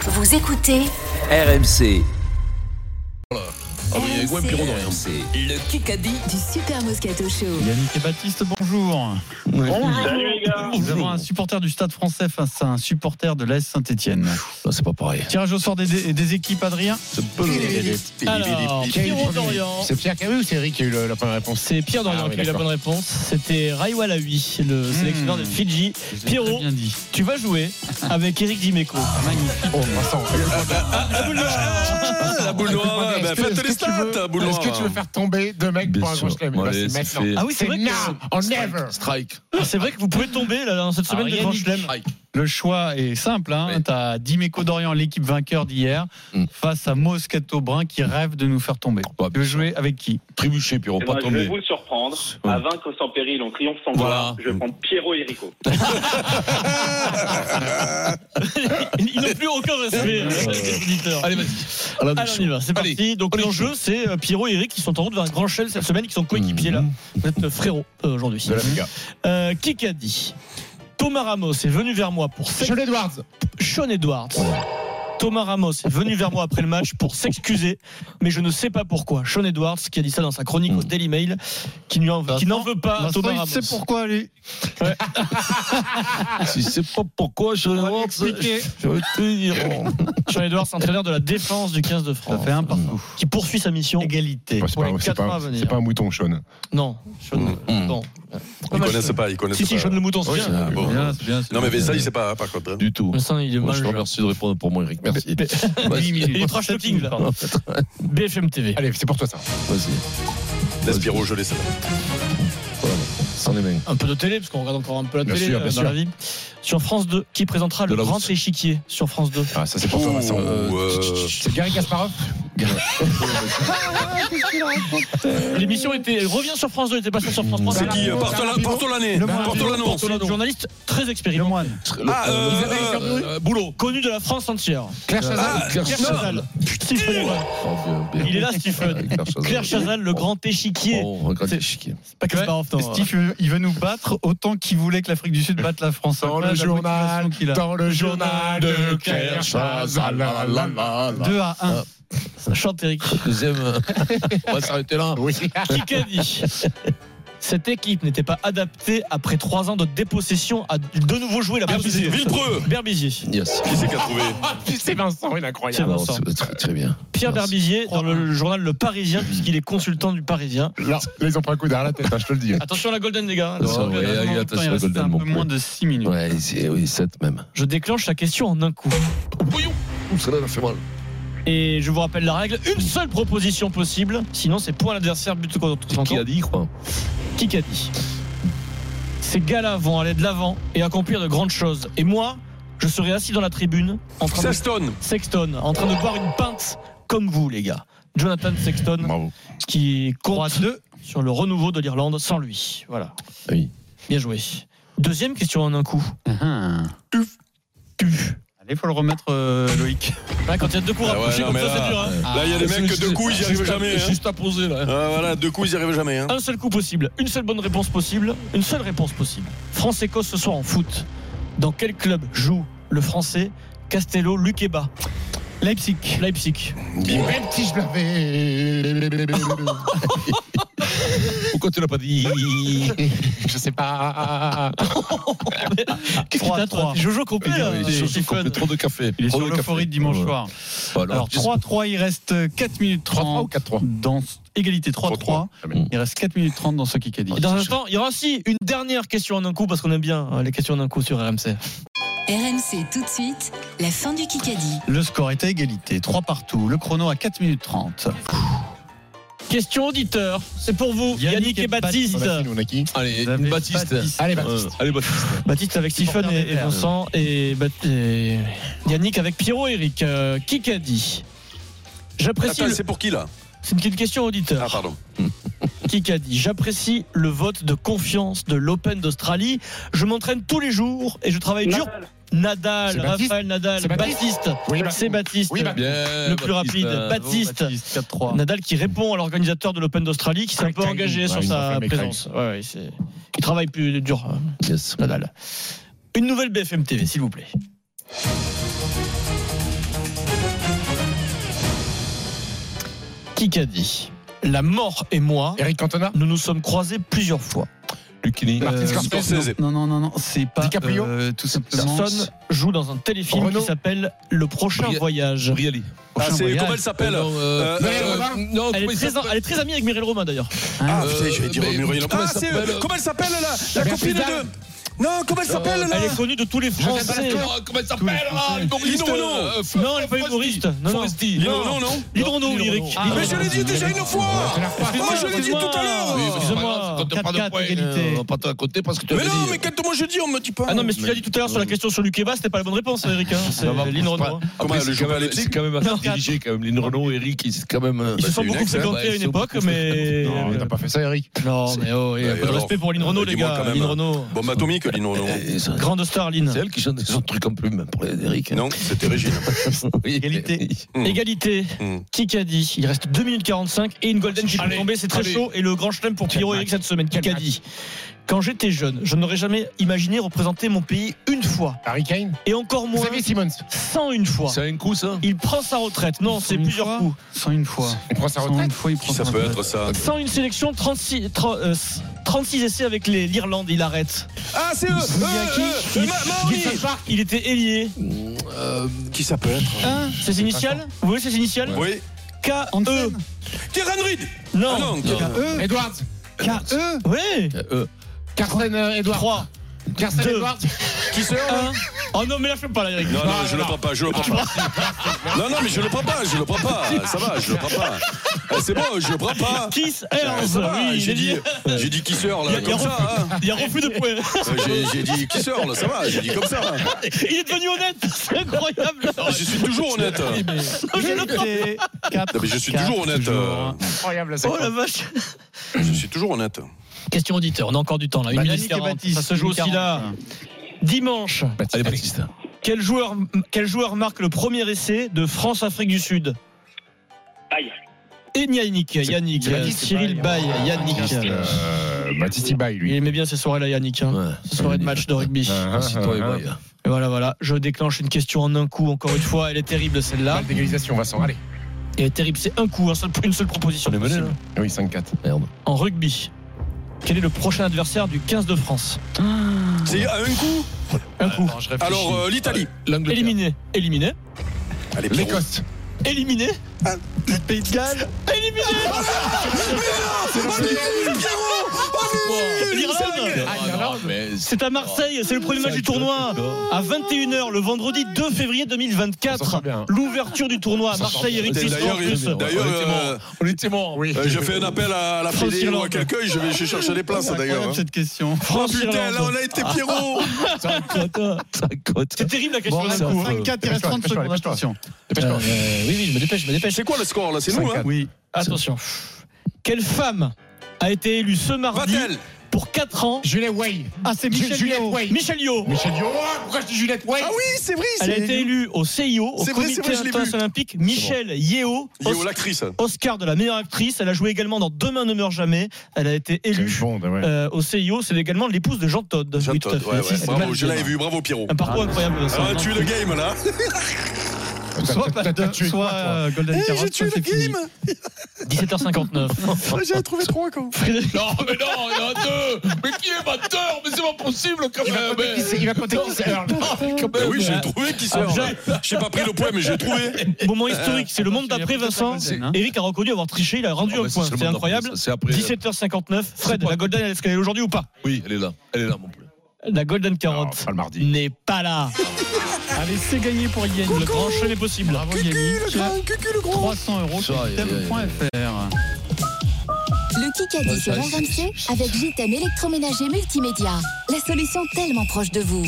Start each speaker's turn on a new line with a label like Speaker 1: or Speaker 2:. Speaker 1: Vous écoutez
Speaker 2: RMC.
Speaker 3: Ah oui, il y a Gwen Piron dans rien.
Speaker 2: RMC. Le Kikadi.
Speaker 1: du Super Moscato Show.
Speaker 4: Yannick et Baptiste, bonjour.
Speaker 5: Salut les gars
Speaker 4: Nous avons un supporter du Stade français face à un supporter de l'AS Saint-Etienne.
Speaker 6: Bah,
Speaker 3: c'est pas pareil.
Speaker 4: Tirage au sort des, des- des équipes, Adrien.
Speaker 3: C'est pas le
Speaker 4: Alors,
Speaker 6: Qui a eu le
Speaker 4: Pierrot
Speaker 6: premier
Speaker 4: Dorian.
Speaker 6: C'est Pierre Camus ou c'est Eric qui a eu le- la première réponse
Speaker 7: C'est Pierre Dorian
Speaker 6: Ah oui,
Speaker 7: qui a eu la
Speaker 6: d'accord. Hmm.
Speaker 7: bonne réponse. C'était Raiwalawi, le sélectionneur de Fidji.
Speaker 4: Très
Speaker 7: Pierrot,
Speaker 4: Bien dit.
Speaker 7: tu vas jouer avec Eric Dimeco.
Speaker 6: Oh, Vincent
Speaker 3: La boule noire,
Speaker 6: Est-ce
Speaker 3: bah,
Speaker 6: que-
Speaker 3: faites
Speaker 6: est-ce que
Speaker 3: les
Speaker 6: tu
Speaker 3: stats,
Speaker 6: veux-
Speaker 3: la boule
Speaker 6: Est-ce
Speaker 3: noire.
Speaker 6: que tu veux faire tomber deux mecs
Speaker 3: Bien
Speaker 6: pour un
Speaker 3: sûr.
Speaker 6: gros chelem
Speaker 3: Bon,
Speaker 6: Bah,
Speaker 3: allez,
Speaker 6: C'est
Speaker 3: c'est
Speaker 6: maintenant
Speaker 3: fait.
Speaker 7: Ah oui, c'est
Speaker 6: C'est
Speaker 7: vrai,
Speaker 6: now
Speaker 7: que,
Speaker 6: or never
Speaker 3: Strike.
Speaker 7: Ah, c'est vrai que vous pouvez tomber là, dans cette
Speaker 8: Ah,
Speaker 7: semaine
Speaker 6: Ah,
Speaker 7: de Grand Chelem.
Speaker 3: Strike.
Speaker 4: Le choix est simple. Hein.
Speaker 3: Oui.
Speaker 4: T'as Dimeco Dorian, l'équipe vainqueur d'hier,
Speaker 3: Mm.
Speaker 4: face à Moscato Brun qui rêve de nous faire tomber.
Speaker 3: Bah,
Speaker 4: Tu veux jouer avec qui
Speaker 3: Trébucher, Pierrot,
Speaker 5: Eh
Speaker 3: pas
Speaker 5: ben, Je vais
Speaker 3: tomber.
Speaker 5: vous surprendre.
Speaker 3: Ouais.
Speaker 5: À vaincre sans péril, on triomphe sans
Speaker 3: Voilà.
Speaker 5: gloire. Je vais prendre Pierrot et Rico.
Speaker 7: Ils n'ont plus aucun respect avec les auditeurs.
Speaker 3: Allez, vas-y. À la
Speaker 7: Allez,
Speaker 3: douche.
Speaker 7: on y va, c'est
Speaker 3: Allez.
Speaker 7: parti. Donc
Speaker 3: Allez.
Speaker 7: l'enjeu, c'est euh, Pierrot et Eric qui sont en route vers un Grand Chelem cette semaine, qui sont coéquipiers
Speaker 3: Mm.
Speaker 7: là. Vous êtes euh, frérots euh, aujourd'hui.
Speaker 6: De la Liga.
Speaker 7: Euh, qui qu'a dit Thomas Ramos est venu vers moi pour sex-
Speaker 6: Sean Edwards
Speaker 7: Sean Edwards. Thomas Ramos est venu vers moi après le match pour s'excuser, mais je ne sais pas pourquoi. Sean Edwards, qui a dit ça dans sa chronique au Daily Mail, qui lui en- qui n'en veut pas à
Speaker 4: Hmm. Vincent,
Speaker 7: Thomas
Speaker 4: il
Speaker 7: Ramos.
Speaker 4: sait pourquoi, lui.
Speaker 3: Si c'est pas pourquoi, je
Speaker 4: On va
Speaker 3: vais
Speaker 4: l'expliquer.
Speaker 3: Je vais te dire.
Speaker 7: Sean Edwards, entraîneur de la défense du 15 de
Speaker 4: Ça
Speaker 7: France, Mmh.
Speaker 4: fait un partout.
Speaker 7: qui poursuit sa mission.
Speaker 4: Égalité.
Speaker 6: Ouais, c'est
Speaker 7: pour
Speaker 6: pas-
Speaker 7: les
Speaker 6: C'est
Speaker 7: quatre mois
Speaker 6: pas,
Speaker 7: à venir.
Speaker 6: c'est pas Mmh. un mouton, Sean.
Speaker 7: Non, Sean,
Speaker 3: Mm.
Speaker 7: non.
Speaker 3: Ils connaissent pas, ils
Speaker 7: Si,
Speaker 3: connaissent
Speaker 7: si,
Speaker 3: pas.
Speaker 7: Sean le mouton, c'est
Speaker 3: Oui,
Speaker 7: bien.
Speaker 8: Ah,
Speaker 3: c'est un bon.
Speaker 4: Bien, c'est bien, c'est
Speaker 8: Non mais
Speaker 4: bien.
Speaker 8: Vessa il sait pas hein, par contre. hein.
Speaker 3: Du tout.
Speaker 7: Vincent, il est
Speaker 8: Moi, je te
Speaker 7: mal.
Speaker 8: remercie de répondre pour moi, Eric. Merci.
Speaker 4: Huit minutes.
Speaker 7: Il est trash talking, là. BFM TV.
Speaker 6: Allez, c'est pour toi ça.
Speaker 3: Vas-y. Laisse
Speaker 8: Vas-y.
Speaker 3: Pierrot, je laisse. Voilà. Sans les mains.
Speaker 7: Un peu de télé, parce qu'on regarde encore un peu la
Speaker 6: Bien
Speaker 7: télé
Speaker 6: sûr,
Speaker 7: euh,
Speaker 6: bien
Speaker 7: dans
Speaker 6: sûr.
Speaker 7: la vie. Sur France 2, qui présentera
Speaker 3: De
Speaker 7: le
Speaker 3: la
Speaker 7: grand
Speaker 3: bourse.
Speaker 7: échiquier sur France 2
Speaker 6: Ah, ça c'est pour toi,
Speaker 8: Ouh,
Speaker 6: Vincent.
Speaker 8: euh,
Speaker 6: C'est Gary Gasparov
Speaker 7: L'émission était, elle revient sur France 2, elle était passée sur France 3.
Speaker 8: C'est qui euh,
Speaker 6: Bartolo-
Speaker 8: Porto-
Speaker 6: Bartolo-
Speaker 8: Porto l'année.
Speaker 4: Bartolo-
Speaker 8: Porto l'annonce.
Speaker 7: Portolano, journaliste très
Speaker 4: Le
Speaker 7: expérimenté,
Speaker 4: moine.
Speaker 8: Ah euh,
Speaker 6: Isabelle Ferrari.
Speaker 8: euh,
Speaker 7: boulot, connu de la France entière.
Speaker 6: Claire
Speaker 8: Ah,
Speaker 6: Chazal
Speaker 8: Claire
Speaker 7: Claire
Speaker 8: Chazal.
Speaker 7: Chazal. Stephen Edouard.
Speaker 8: Oh, bien, bien.
Speaker 7: Il est là, Stephen.
Speaker 8: Avec Claire Chazal.
Speaker 7: Claire Chazal, le grand échiquier.
Speaker 8: Oh, regarde,
Speaker 7: C'est-
Speaker 8: chiquet.
Speaker 7: C'est pas hein. Kasparov, non.
Speaker 4: Steve, euh, il veut nous battre autant qu'il voulait que l'Afrique du Sud batte la France.
Speaker 6: Dans
Speaker 4: Voilà
Speaker 6: le
Speaker 4: la
Speaker 6: journal,
Speaker 4: motivation qu'il a.
Speaker 6: dans le journal de Claire Chazal la, la, la.
Speaker 4: 2 à 1.
Speaker 7: Ça chante Eric.
Speaker 8: Deuxième. On va s'arrêter là.
Speaker 6: Oui
Speaker 7: Qui qu'a dit Cette équipe n'était pas adaptée après trois ans de dépossession à de nouveau jouer la
Speaker 3: Berbizier.
Speaker 7: première saison.
Speaker 3: Villepreux.
Speaker 7: Berbizier.
Speaker 8: Yes.
Speaker 3: Qui c'est qui a trouvé
Speaker 6: C'est Vincent, il est
Speaker 7: C'est
Speaker 6: incroyable
Speaker 8: Alors,
Speaker 7: Vincent.
Speaker 8: Ah, c'est très, très bien.
Speaker 7: Pierre
Speaker 8: Merci. Oh.
Speaker 7: Berbizier dans le journal Le Parisien, puisqu'il est consultant du Parisien.
Speaker 6: Là, ils ont pris un coup derrière la tête, hein, je te le dis
Speaker 7: Attention à la Golden, les gars. hein.
Speaker 8: Ça, ouais,
Speaker 4: Il
Speaker 8: ouais,
Speaker 4: reste
Speaker 8: attention,
Speaker 4: un
Speaker 8: Golden, mon
Speaker 4: peu
Speaker 8: poulet.
Speaker 4: moins de 6 minutes.
Speaker 8: Ouais, c'est- oui, 7 même.
Speaker 7: Je déclenche la question en un coup.
Speaker 8: Ouh, celle-là, elle a fait mal.
Speaker 7: Et je vous rappelle la règle, une seule proposition possible, sinon c'est point à l'adversaire, but contre son
Speaker 8: Qui a dit, quoi
Speaker 7: Qui qu'a dit Ces gars-là vont aller de l'avant et accomplir de grandes choses. Et moi, je serai assis dans la tribune, en train de...
Speaker 3: Sexton.
Speaker 7: Sexton, en train de boire une pinte, comme vous les gars. Jonathan Sexton,
Speaker 6: Bravo
Speaker 7: qui compte sur le renouveau de l'Irlande sans lui. Voilà.
Speaker 8: Oui.
Speaker 7: Bien joué. Deuxième question en un coup.
Speaker 4: Ah. Allez, faut le remettre, euh, Loïc. Ah,
Speaker 7: Ouais, quand il y a deux coups
Speaker 3: Ah ouais,
Speaker 7: rapprochés
Speaker 3: non,
Speaker 7: comme
Speaker 3: mais
Speaker 7: ça,
Speaker 3: là,
Speaker 7: c'est dur. hein.
Speaker 3: Là, il y a des mecs que deux coups, ils y arrivent jamais. hein.
Speaker 8: à poser, là.
Speaker 3: Ah, Voilà, deux coups, ils y arrivent jamais. hein.
Speaker 7: Un seul coup possible, une seule bonne réponse possible, une seule réponse possible. France-Écosse ce soir en foot. Dans quel club joue le français Castello Luqueba Leipzig. Leipzig.
Speaker 6: Même si je l'avais
Speaker 8: Pourquoi tu l'as pas dit
Speaker 6: Je sais pas.
Speaker 7: Qu'est-ce qui
Speaker 4: Trois,
Speaker 7: t'a
Speaker 4: trois.
Speaker 7: trois Jojo complet, hein,
Speaker 8: Ah, oui, je- je
Speaker 7: Stéphane.
Speaker 8: fais trop de café.
Speaker 4: Il est
Speaker 8: Trop
Speaker 4: sur
Speaker 8: de
Speaker 4: l'euphorie
Speaker 8: café.
Speaker 4: de dimanche
Speaker 8: Ouais.
Speaker 4: soir.
Speaker 8: Voilà.
Speaker 4: Alors,
Speaker 8: Juste-
Speaker 4: 3-3, il reste 4 minutes
Speaker 6: 3-3 ou
Speaker 4: 30.
Speaker 6: 4-3
Speaker 4: Dans ce- égalité 3-3, il reste 4 minutes 30 dans ce Kikadi.
Speaker 7: Et Dans un instant, il y aura aussi une dernière question en un coup parce qu'on aime bien hein, les questions en un coup sur RMC.
Speaker 1: RMC tout de suite, la fin du Kikadi.
Speaker 4: Le score est à égalité, 3 partout. Le chrono à 4 minutes 30.
Speaker 7: Question auditeur, c'est pour vous,
Speaker 4: Yannick
Speaker 7: Yannick,
Speaker 4: et
Speaker 7: et Baptiste.
Speaker 6: On a qui, on a qui
Speaker 8: Allez,
Speaker 4: Vous avez
Speaker 8: Baptiste.
Speaker 4: Baptiste.
Speaker 6: Allez,
Speaker 8: Euh,
Speaker 6: Baptiste.
Speaker 8: Allez, Baptiste.
Speaker 7: Baptiste avec Stephen
Speaker 4: Supporter
Speaker 7: et,
Speaker 4: des
Speaker 7: et
Speaker 4: Verts.
Speaker 7: Vincent et, Bat- et Yannick avec Pierrot Eric. Euh, qui qu'a dit J'apprécie.
Speaker 3: Attends,
Speaker 7: le-
Speaker 3: c'est pour qui là
Speaker 7: C'est une petite question auditeur.
Speaker 3: Ah, pardon.
Speaker 6: Ah.
Speaker 7: Qui qu'a dit J'apprécie le vote de confiance de l'Open d'Australie. Je m'entraîne tous les jours et je travaille dur.
Speaker 6: C'est
Speaker 7: Nadal,
Speaker 6: Baptiste
Speaker 7: Raphaël Nadal,
Speaker 6: C'est Baptiste
Speaker 7: Baptiste.
Speaker 6: Oui, bah, Baptiste.
Speaker 7: C'est Baptiste.
Speaker 6: Oui, Baptiste.
Speaker 8: Bien.
Speaker 7: Le plus rapide.
Speaker 6: Euh,
Speaker 7: Baptiste.
Speaker 4: 4-3.
Speaker 7: Nadal qui répond à l'organisateur de l'Open d'Australie qui s'est un peu
Speaker 6: Craig
Speaker 7: engagé
Speaker 6: Timmy.
Speaker 7: sur
Speaker 6: Ouais, ils ont fait
Speaker 7: sa
Speaker 6: le mec
Speaker 7: présence. Ouais, ouais, c'est- il travaille plus dur, hein,
Speaker 8: Yes.
Speaker 7: Nadal. Une nouvelle BFM TV, s'il vous plaît. Kikadi. La mort et moi,
Speaker 6: Eric Cantona
Speaker 7: nous nous sommes croisés plusieurs fois.
Speaker 8: Lucini.
Speaker 6: Martin Scorsese.
Speaker 3: Scorsese.
Speaker 4: Non, non, non, non, c'est pas.
Speaker 6: DiCaprio
Speaker 4: euh, tout simplement.
Speaker 7: Personne joue dans un téléfilm
Speaker 6: Renaud.
Speaker 7: qui s'appelle Le prochain
Speaker 8: Bri-
Speaker 7: voyage.
Speaker 8: Briali.
Speaker 3: Ah,
Speaker 7: Prochain
Speaker 3: c'est-
Speaker 7: voyage.
Speaker 3: comment elle s'appelle
Speaker 8: Non, euh,
Speaker 3: Euh,
Speaker 8: Muriel
Speaker 3: euh,
Speaker 8: Robin Non,
Speaker 7: elle,
Speaker 8: comment
Speaker 7: est
Speaker 8: il
Speaker 7: très,
Speaker 8: s'appelle
Speaker 7: elle est très amie avec Mireille Romain d'ailleurs.
Speaker 3: Ah,
Speaker 8: Euh,
Speaker 3: putain, je vais dire
Speaker 8: mais-
Speaker 3: Muriel Robin.
Speaker 8: comment
Speaker 3: Ah,
Speaker 8: elle
Speaker 3: c'est,
Speaker 8: s'appelle
Speaker 3: euh, Comment elle s'appelle, là La
Speaker 6: Muriel
Speaker 3: copine
Speaker 6: Robin.
Speaker 3: de. Non, comment elle s'appelle, là
Speaker 7: Elle est connue de tous les
Speaker 8: Je sais pas
Speaker 7: Français.
Speaker 8: l'acteur, Comment elle s'appelle là Humoriste,
Speaker 3: Liston,
Speaker 8: euh, euh,
Speaker 7: Non, elle est pas humoriste. Non, non.
Speaker 8: Foresti.
Speaker 3: Non, non, non.
Speaker 7: Lidron nous, Eric.
Speaker 8: Ah,
Speaker 3: Mais je l'ai dit déjà une fois Moi, je l'ai dit tout à l'heure
Speaker 8: Oui, mais c'est pas
Speaker 7: Ah, Excuse-moi,
Speaker 8: grave, quand on prend deux
Speaker 7: 4-4
Speaker 8: points,
Speaker 7: égalité.
Speaker 8: euh, on prend pas à côté parce que tu
Speaker 3: Mais
Speaker 8: avais
Speaker 3: non,
Speaker 8: dit,
Speaker 3: mais quand moi je dis, on me dit pas.
Speaker 7: Ah non, mais ce que tu l'as dit tout à l'heure sur la question sur Lukeba, c'était pas la bonne réponse, Eric. hein. C'est
Speaker 8: va,
Speaker 7: Lynn
Speaker 8: c'est pas-
Speaker 7: Renaud.
Speaker 3: Comment
Speaker 8: Après,
Speaker 3: le
Speaker 8: c'est
Speaker 3: jeu
Speaker 8: quand même-
Speaker 3: olympique
Speaker 8: C'est quand même
Speaker 7: Non,
Speaker 8: assez
Speaker 7: quatre.
Speaker 8: dirigé, quand même. Lynn Renault, Eric, ils- c'est quand même. euh,
Speaker 7: Ils se
Speaker 3: Bah, c'est
Speaker 7: sont
Speaker 3: une
Speaker 7: beaucoup
Speaker 3: excellente-
Speaker 7: fréquentés à
Speaker 8: bah,
Speaker 7: une
Speaker 8: ils sont
Speaker 7: époque,
Speaker 8: beaucoup
Speaker 7: mais.
Speaker 6: Non, t'as pas fait ça, Eric.
Speaker 7: Non, mais oh, il y a
Speaker 3: Ouais,
Speaker 7: pas de
Speaker 3: alors,
Speaker 7: respect pour Lynn Renault, les
Speaker 3: dis-moi
Speaker 7: gars.
Speaker 3: quand même.
Speaker 7: Lynn Renault.
Speaker 3: Bombe atomique, Lynn Renaud.
Speaker 8: euh, ça-
Speaker 7: Grande star, Lynn.
Speaker 8: C'est elle qui chante son truc en plume pour les Eric.
Speaker 3: Non, c'était Régine.
Speaker 8: Oui.
Speaker 7: Égalité.
Speaker 3: Mm.
Speaker 7: Égalité.
Speaker 3: Mm.
Speaker 7: Qui qu'a dit Il reste 2 minutes 45 et une Golden qui peut
Speaker 6: Allez,
Speaker 7: tomber. C'est très
Speaker 6: allez.
Speaker 7: chaud. Et le grand chelem pour Pierrot Eric cette semaine. Qui qu'a dit Quand j'étais jeune, je n'aurais jamais imaginé représenter mon pays une fois.
Speaker 6: Harry Kane
Speaker 7: Et encore moins
Speaker 6: Xavier Simmons.
Speaker 7: 101 fois.
Speaker 8: C'est un coup ça
Speaker 7: Il prend sa retraite. Non, c'est
Speaker 4: Une
Speaker 7: plusieurs
Speaker 4: fois.
Speaker 7: coups.
Speaker 4: Sans une fois.
Speaker 6: Il prend sa
Speaker 4: Sans
Speaker 6: retraite.
Speaker 4: une fois, il prend
Speaker 3: Qui ça
Speaker 4: sa
Speaker 3: peut
Speaker 4: retraite.
Speaker 3: être ça
Speaker 7: 101 sélections, 36, tra- euh, 36 essais avec les- l'Irlande. Il arrête.
Speaker 3: Ah, c'est eux
Speaker 7: Il y a qui
Speaker 3: eux, eux,
Speaker 7: Il-
Speaker 3: Ma- Maori
Speaker 7: Gibson Park, Il était ailier.
Speaker 3: Qui ça peut être
Speaker 7: Ses initiales Vous voyez ses initiales
Speaker 3: Oui.
Speaker 7: K-E.
Speaker 3: Euh,
Speaker 4: Hansen
Speaker 3: Kieran Reed Ah
Speaker 7: E. Non.
Speaker 3: non, Kieran-
Speaker 4: K.E.
Speaker 6: Edwards.
Speaker 4: K.E.
Speaker 7: Oui.
Speaker 8: Euh,
Speaker 6: Carsten euh, Edwards.
Speaker 7: 3,
Speaker 6: Carsten
Speaker 7: Deux.
Speaker 6: Edwards.
Speaker 3: Qui c'est
Speaker 7: 1. Oh non, mais là, je peux pas, là, Eric.
Speaker 3: Non, Ah non, je le prends pas, je le prends pas. Non, non, mais je le prends pas, je le prends pas. Ça va, je le prends pas. Eh, C'est bon, je le prends pas.
Speaker 7: Kiss
Speaker 3: Ah,
Speaker 7: Airs.
Speaker 3: ça va,
Speaker 7: Oui, il
Speaker 3: j'ai
Speaker 7: est
Speaker 3: dit, euh,
Speaker 7: dit.
Speaker 3: j'ai dit qui sort
Speaker 7: Il y
Speaker 3: là,
Speaker 7: a-
Speaker 3: comme
Speaker 7: il y a-
Speaker 3: ça. hein.
Speaker 7: Il y a refus de points.
Speaker 3: Euh, j'ai- J'ai dit qui sort là, ça va, j'ai dit comme ça. hein.
Speaker 7: Il est devenu honnête. C'est incroyable.
Speaker 3: Ah, Je suis toujours honnête. Non,
Speaker 4: Égalité. Quatre,
Speaker 3: mais je suis
Speaker 4: quatre,
Speaker 3: toujours honnête. euh,
Speaker 6: Incroyable, la
Speaker 7: Oh
Speaker 6: séquence.
Speaker 7: la vache.
Speaker 3: Je suis toujours honnête.
Speaker 7: Question auditeur, on a encore du temps
Speaker 6: Bah,
Speaker 7: là. Une minute
Speaker 4: Baptiste et
Speaker 7: 40.
Speaker 4: Baptiste.
Speaker 7: Ça se joue aussi là. Dimanche,
Speaker 8: Allez, Baptiste.
Speaker 7: quel joueur, quel joueur marque le premier essai de France-Afrique du Sud
Speaker 5: Aïe.
Speaker 7: Et Yannick. Yannick.
Speaker 6: c'est Baptiste,
Speaker 7: Cyril
Speaker 6: c'est
Speaker 7: Bay. Yannick.
Speaker 6: Euh, Matisse Baye,
Speaker 7: Il
Speaker 6: lui.
Speaker 7: aimait bien ces soirées-là, Yannick. hein.
Speaker 8: Ouais.
Speaker 7: Ces soirées de match de rugby.
Speaker 6: Ah, ah,
Speaker 8: Cite-toi et
Speaker 6: ah,
Speaker 8: moi,
Speaker 6: ah.
Speaker 8: gars.
Speaker 7: Et Voilà, voilà. Je déclenche une question en un coup, encore une fois. Elle est terrible, celle-là.
Speaker 6: Balle d'égalisation, Vincent. Allez.
Speaker 7: Elle est terrible. C'est un coup, un seul- une seule proposition.
Speaker 8: On est mené,
Speaker 7: possible.
Speaker 3: hein.
Speaker 6: Oui, 5-4.
Speaker 8: Merde.
Speaker 7: En rugby, quel est le prochain adversaire du 15 de France
Speaker 3: C'est à un coup
Speaker 7: Un coup.
Speaker 6: je réfléchis.
Speaker 3: Alors, euh, l'Italie.
Speaker 8: L'Angleterre.
Speaker 7: Éliminé. Éliminé.
Speaker 3: Allez, Pierrot.
Speaker 6: L'Écosse.
Speaker 7: Éliminé. Le Pays de Galles. Éliminé. L'Irlande.
Speaker 8: Ah, non, mais c'est-
Speaker 7: C'est à Marseille, c'est le premier match du tournoi. À 21h, le vendredi 2 février
Speaker 6: On s'en sort
Speaker 7: 2024.
Speaker 6: bien.
Speaker 7: L'ouverture du tournoi à Marseille, Eric
Speaker 3: D'ailleurs,
Speaker 7: Tisserand en plus.
Speaker 3: il- D'ailleurs, euh,
Speaker 6: On était morts. Oui.
Speaker 3: euh, je fais un appel à la
Speaker 7: France,
Speaker 3: PD ou à
Speaker 7: Irlande.
Speaker 3: quelqu'un, je vais je vais chercher des places d'ailleurs.
Speaker 4: Incroyable
Speaker 3: hein.
Speaker 4: cette question.
Speaker 3: Oh
Speaker 7: France,
Speaker 3: putain, là on
Speaker 7: Irlande.
Speaker 3: a été Pierrot
Speaker 8: Ça cote.
Speaker 7: C'est terrible la question
Speaker 8: Bon,
Speaker 7: d'un
Speaker 8: ça
Speaker 7: coup.
Speaker 8: va.
Speaker 4: 5, 4, il reste
Speaker 6: Dépêche-toi,
Speaker 4: 30 secondes.
Speaker 6: dépêche-toi, dépêche-toi.
Speaker 4: Attention.
Speaker 8: Dépêche-toi.
Speaker 7: Euh, oui, oui, je me dépêche, je me dépêche.
Speaker 3: C'est quoi le score là C'est nous, hein
Speaker 4: Oui.
Speaker 7: Attention. Quelle femme a été élue ce mardi
Speaker 3: Vatel
Speaker 7: pour 4 ans
Speaker 6: Juliette Way.
Speaker 4: Ah, c'est Michel
Speaker 6: Juliette
Speaker 4: Léo.
Speaker 6: Way.
Speaker 7: Michel Yo.
Speaker 6: Michel Dior. Oh, Pourquoi je dis Juliette Way
Speaker 3: Ah oui, c'est vrai
Speaker 7: Elle a
Speaker 3: c'est-
Speaker 7: été élue au CIO, au
Speaker 3: C'est vrai, c'est
Speaker 7: Comité
Speaker 3: vrai, je l'ai
Speaker 7: international
Speaker 3: vu.
Speaker 7: olympique. Michel Yeo,
Speaker 3: Il est
Speaker 7: Os-
Speaker 3: au l'actrice.
Speaker 7: Oscar de la meilleure actrice. Elle a joué également dans Demain ne meurt jamais. Elle a été élue
Speaker 6: Bon, ben ouais.
Speaker 7: euh, au CIO. C'est également l'épouse de Jean Todt.
Speaker 3: Jean
Speaker 7: Oui, tout à
Speaker 3: Todt,
Speaker 7: fait.
Speaker 3: ouais, ouais.
Speaker 7: Si, c'est
Speaker 3: Bravo,
Speaker 7: mal
Speaker 3: je
Speaker 7: dit.
Speaker 3: l'avais vu, bravo Pierrot.
Speaker 7: hein. Un parcours incroyable. Vincent.
Speaker 3: Ah, tu es le game là
Speaker 4: Soit pas
Speaker 6: T'as
Speaker 4: de,
Speaker 6: tué
Speaker 4: soit
Speaker 6: quoi, toi
Speaker 4: euh, Golden
Speaker 3: Eh,
Speaker 4: Carotte,
Speaker 3: J'ai tué
Speaker 4: soit
Speaker 3: le
Speaker 4: c'est fini.
Speaker 3: game
Speaker 7: 17h59.
Speaker 3: J'ai trouvé trois quand
Speaker 7: Frédéric-
Speaker 8: Non, mais non, il y en a deux Mais qui est menteur Mais c'est pas possible quand
Speaker 6: Il va
Speaker 8: même
Speaker 6: compter qui c'est- Il va compter qui c'est Earl.
Speaker 3: Ben oui, j'ai trouvé qui sort. J'ai pas pris le point, mais j'ai trouvé.
Speaker 7: Moment historique. C'est le monde d'après, Vincent.
Speaker 4: Golden, hein.
Speaker 7: Eric a reconnu avoir triché. Il a rendu
Speaker 8: Ah,
Speaker 7: un
Speaker 8: bah,
Speaker 7: point.
Speaker 8: le
Speaker 7: C'est
Speaker 8: monde
Speaker 7: incroyable.
Speaker 8: d'après, ça, C'est après. euh,
Speaker 7: 17h59. Fred, la Golden, est-ce qu'elle est aujourd'hui ou pas
Speaker 8: Oui, elle est là. Elle est là, mon poulet.
Speaker 7: La Golden
Speaker 6: Non,
Speaker 7: Carotte
Speaker 6: pas le mardi.
Speaker 7: n'est pas là.
Speaker 4: Allez, c'est gagné pour Yannick.
Speaker 7: Le grand chelem est possible.
Speaker 4: Bravo Yannick.
Speaker 3: Cucu le
Speaker 4: 300 euros sur
Speaker 8: Ça, y est, y est, y est.
Speaker 4: table.fr.
Speaker 1: Le Kikadi sur RMC avec JTM électroménager multimédia. La solution tellement proche de vous.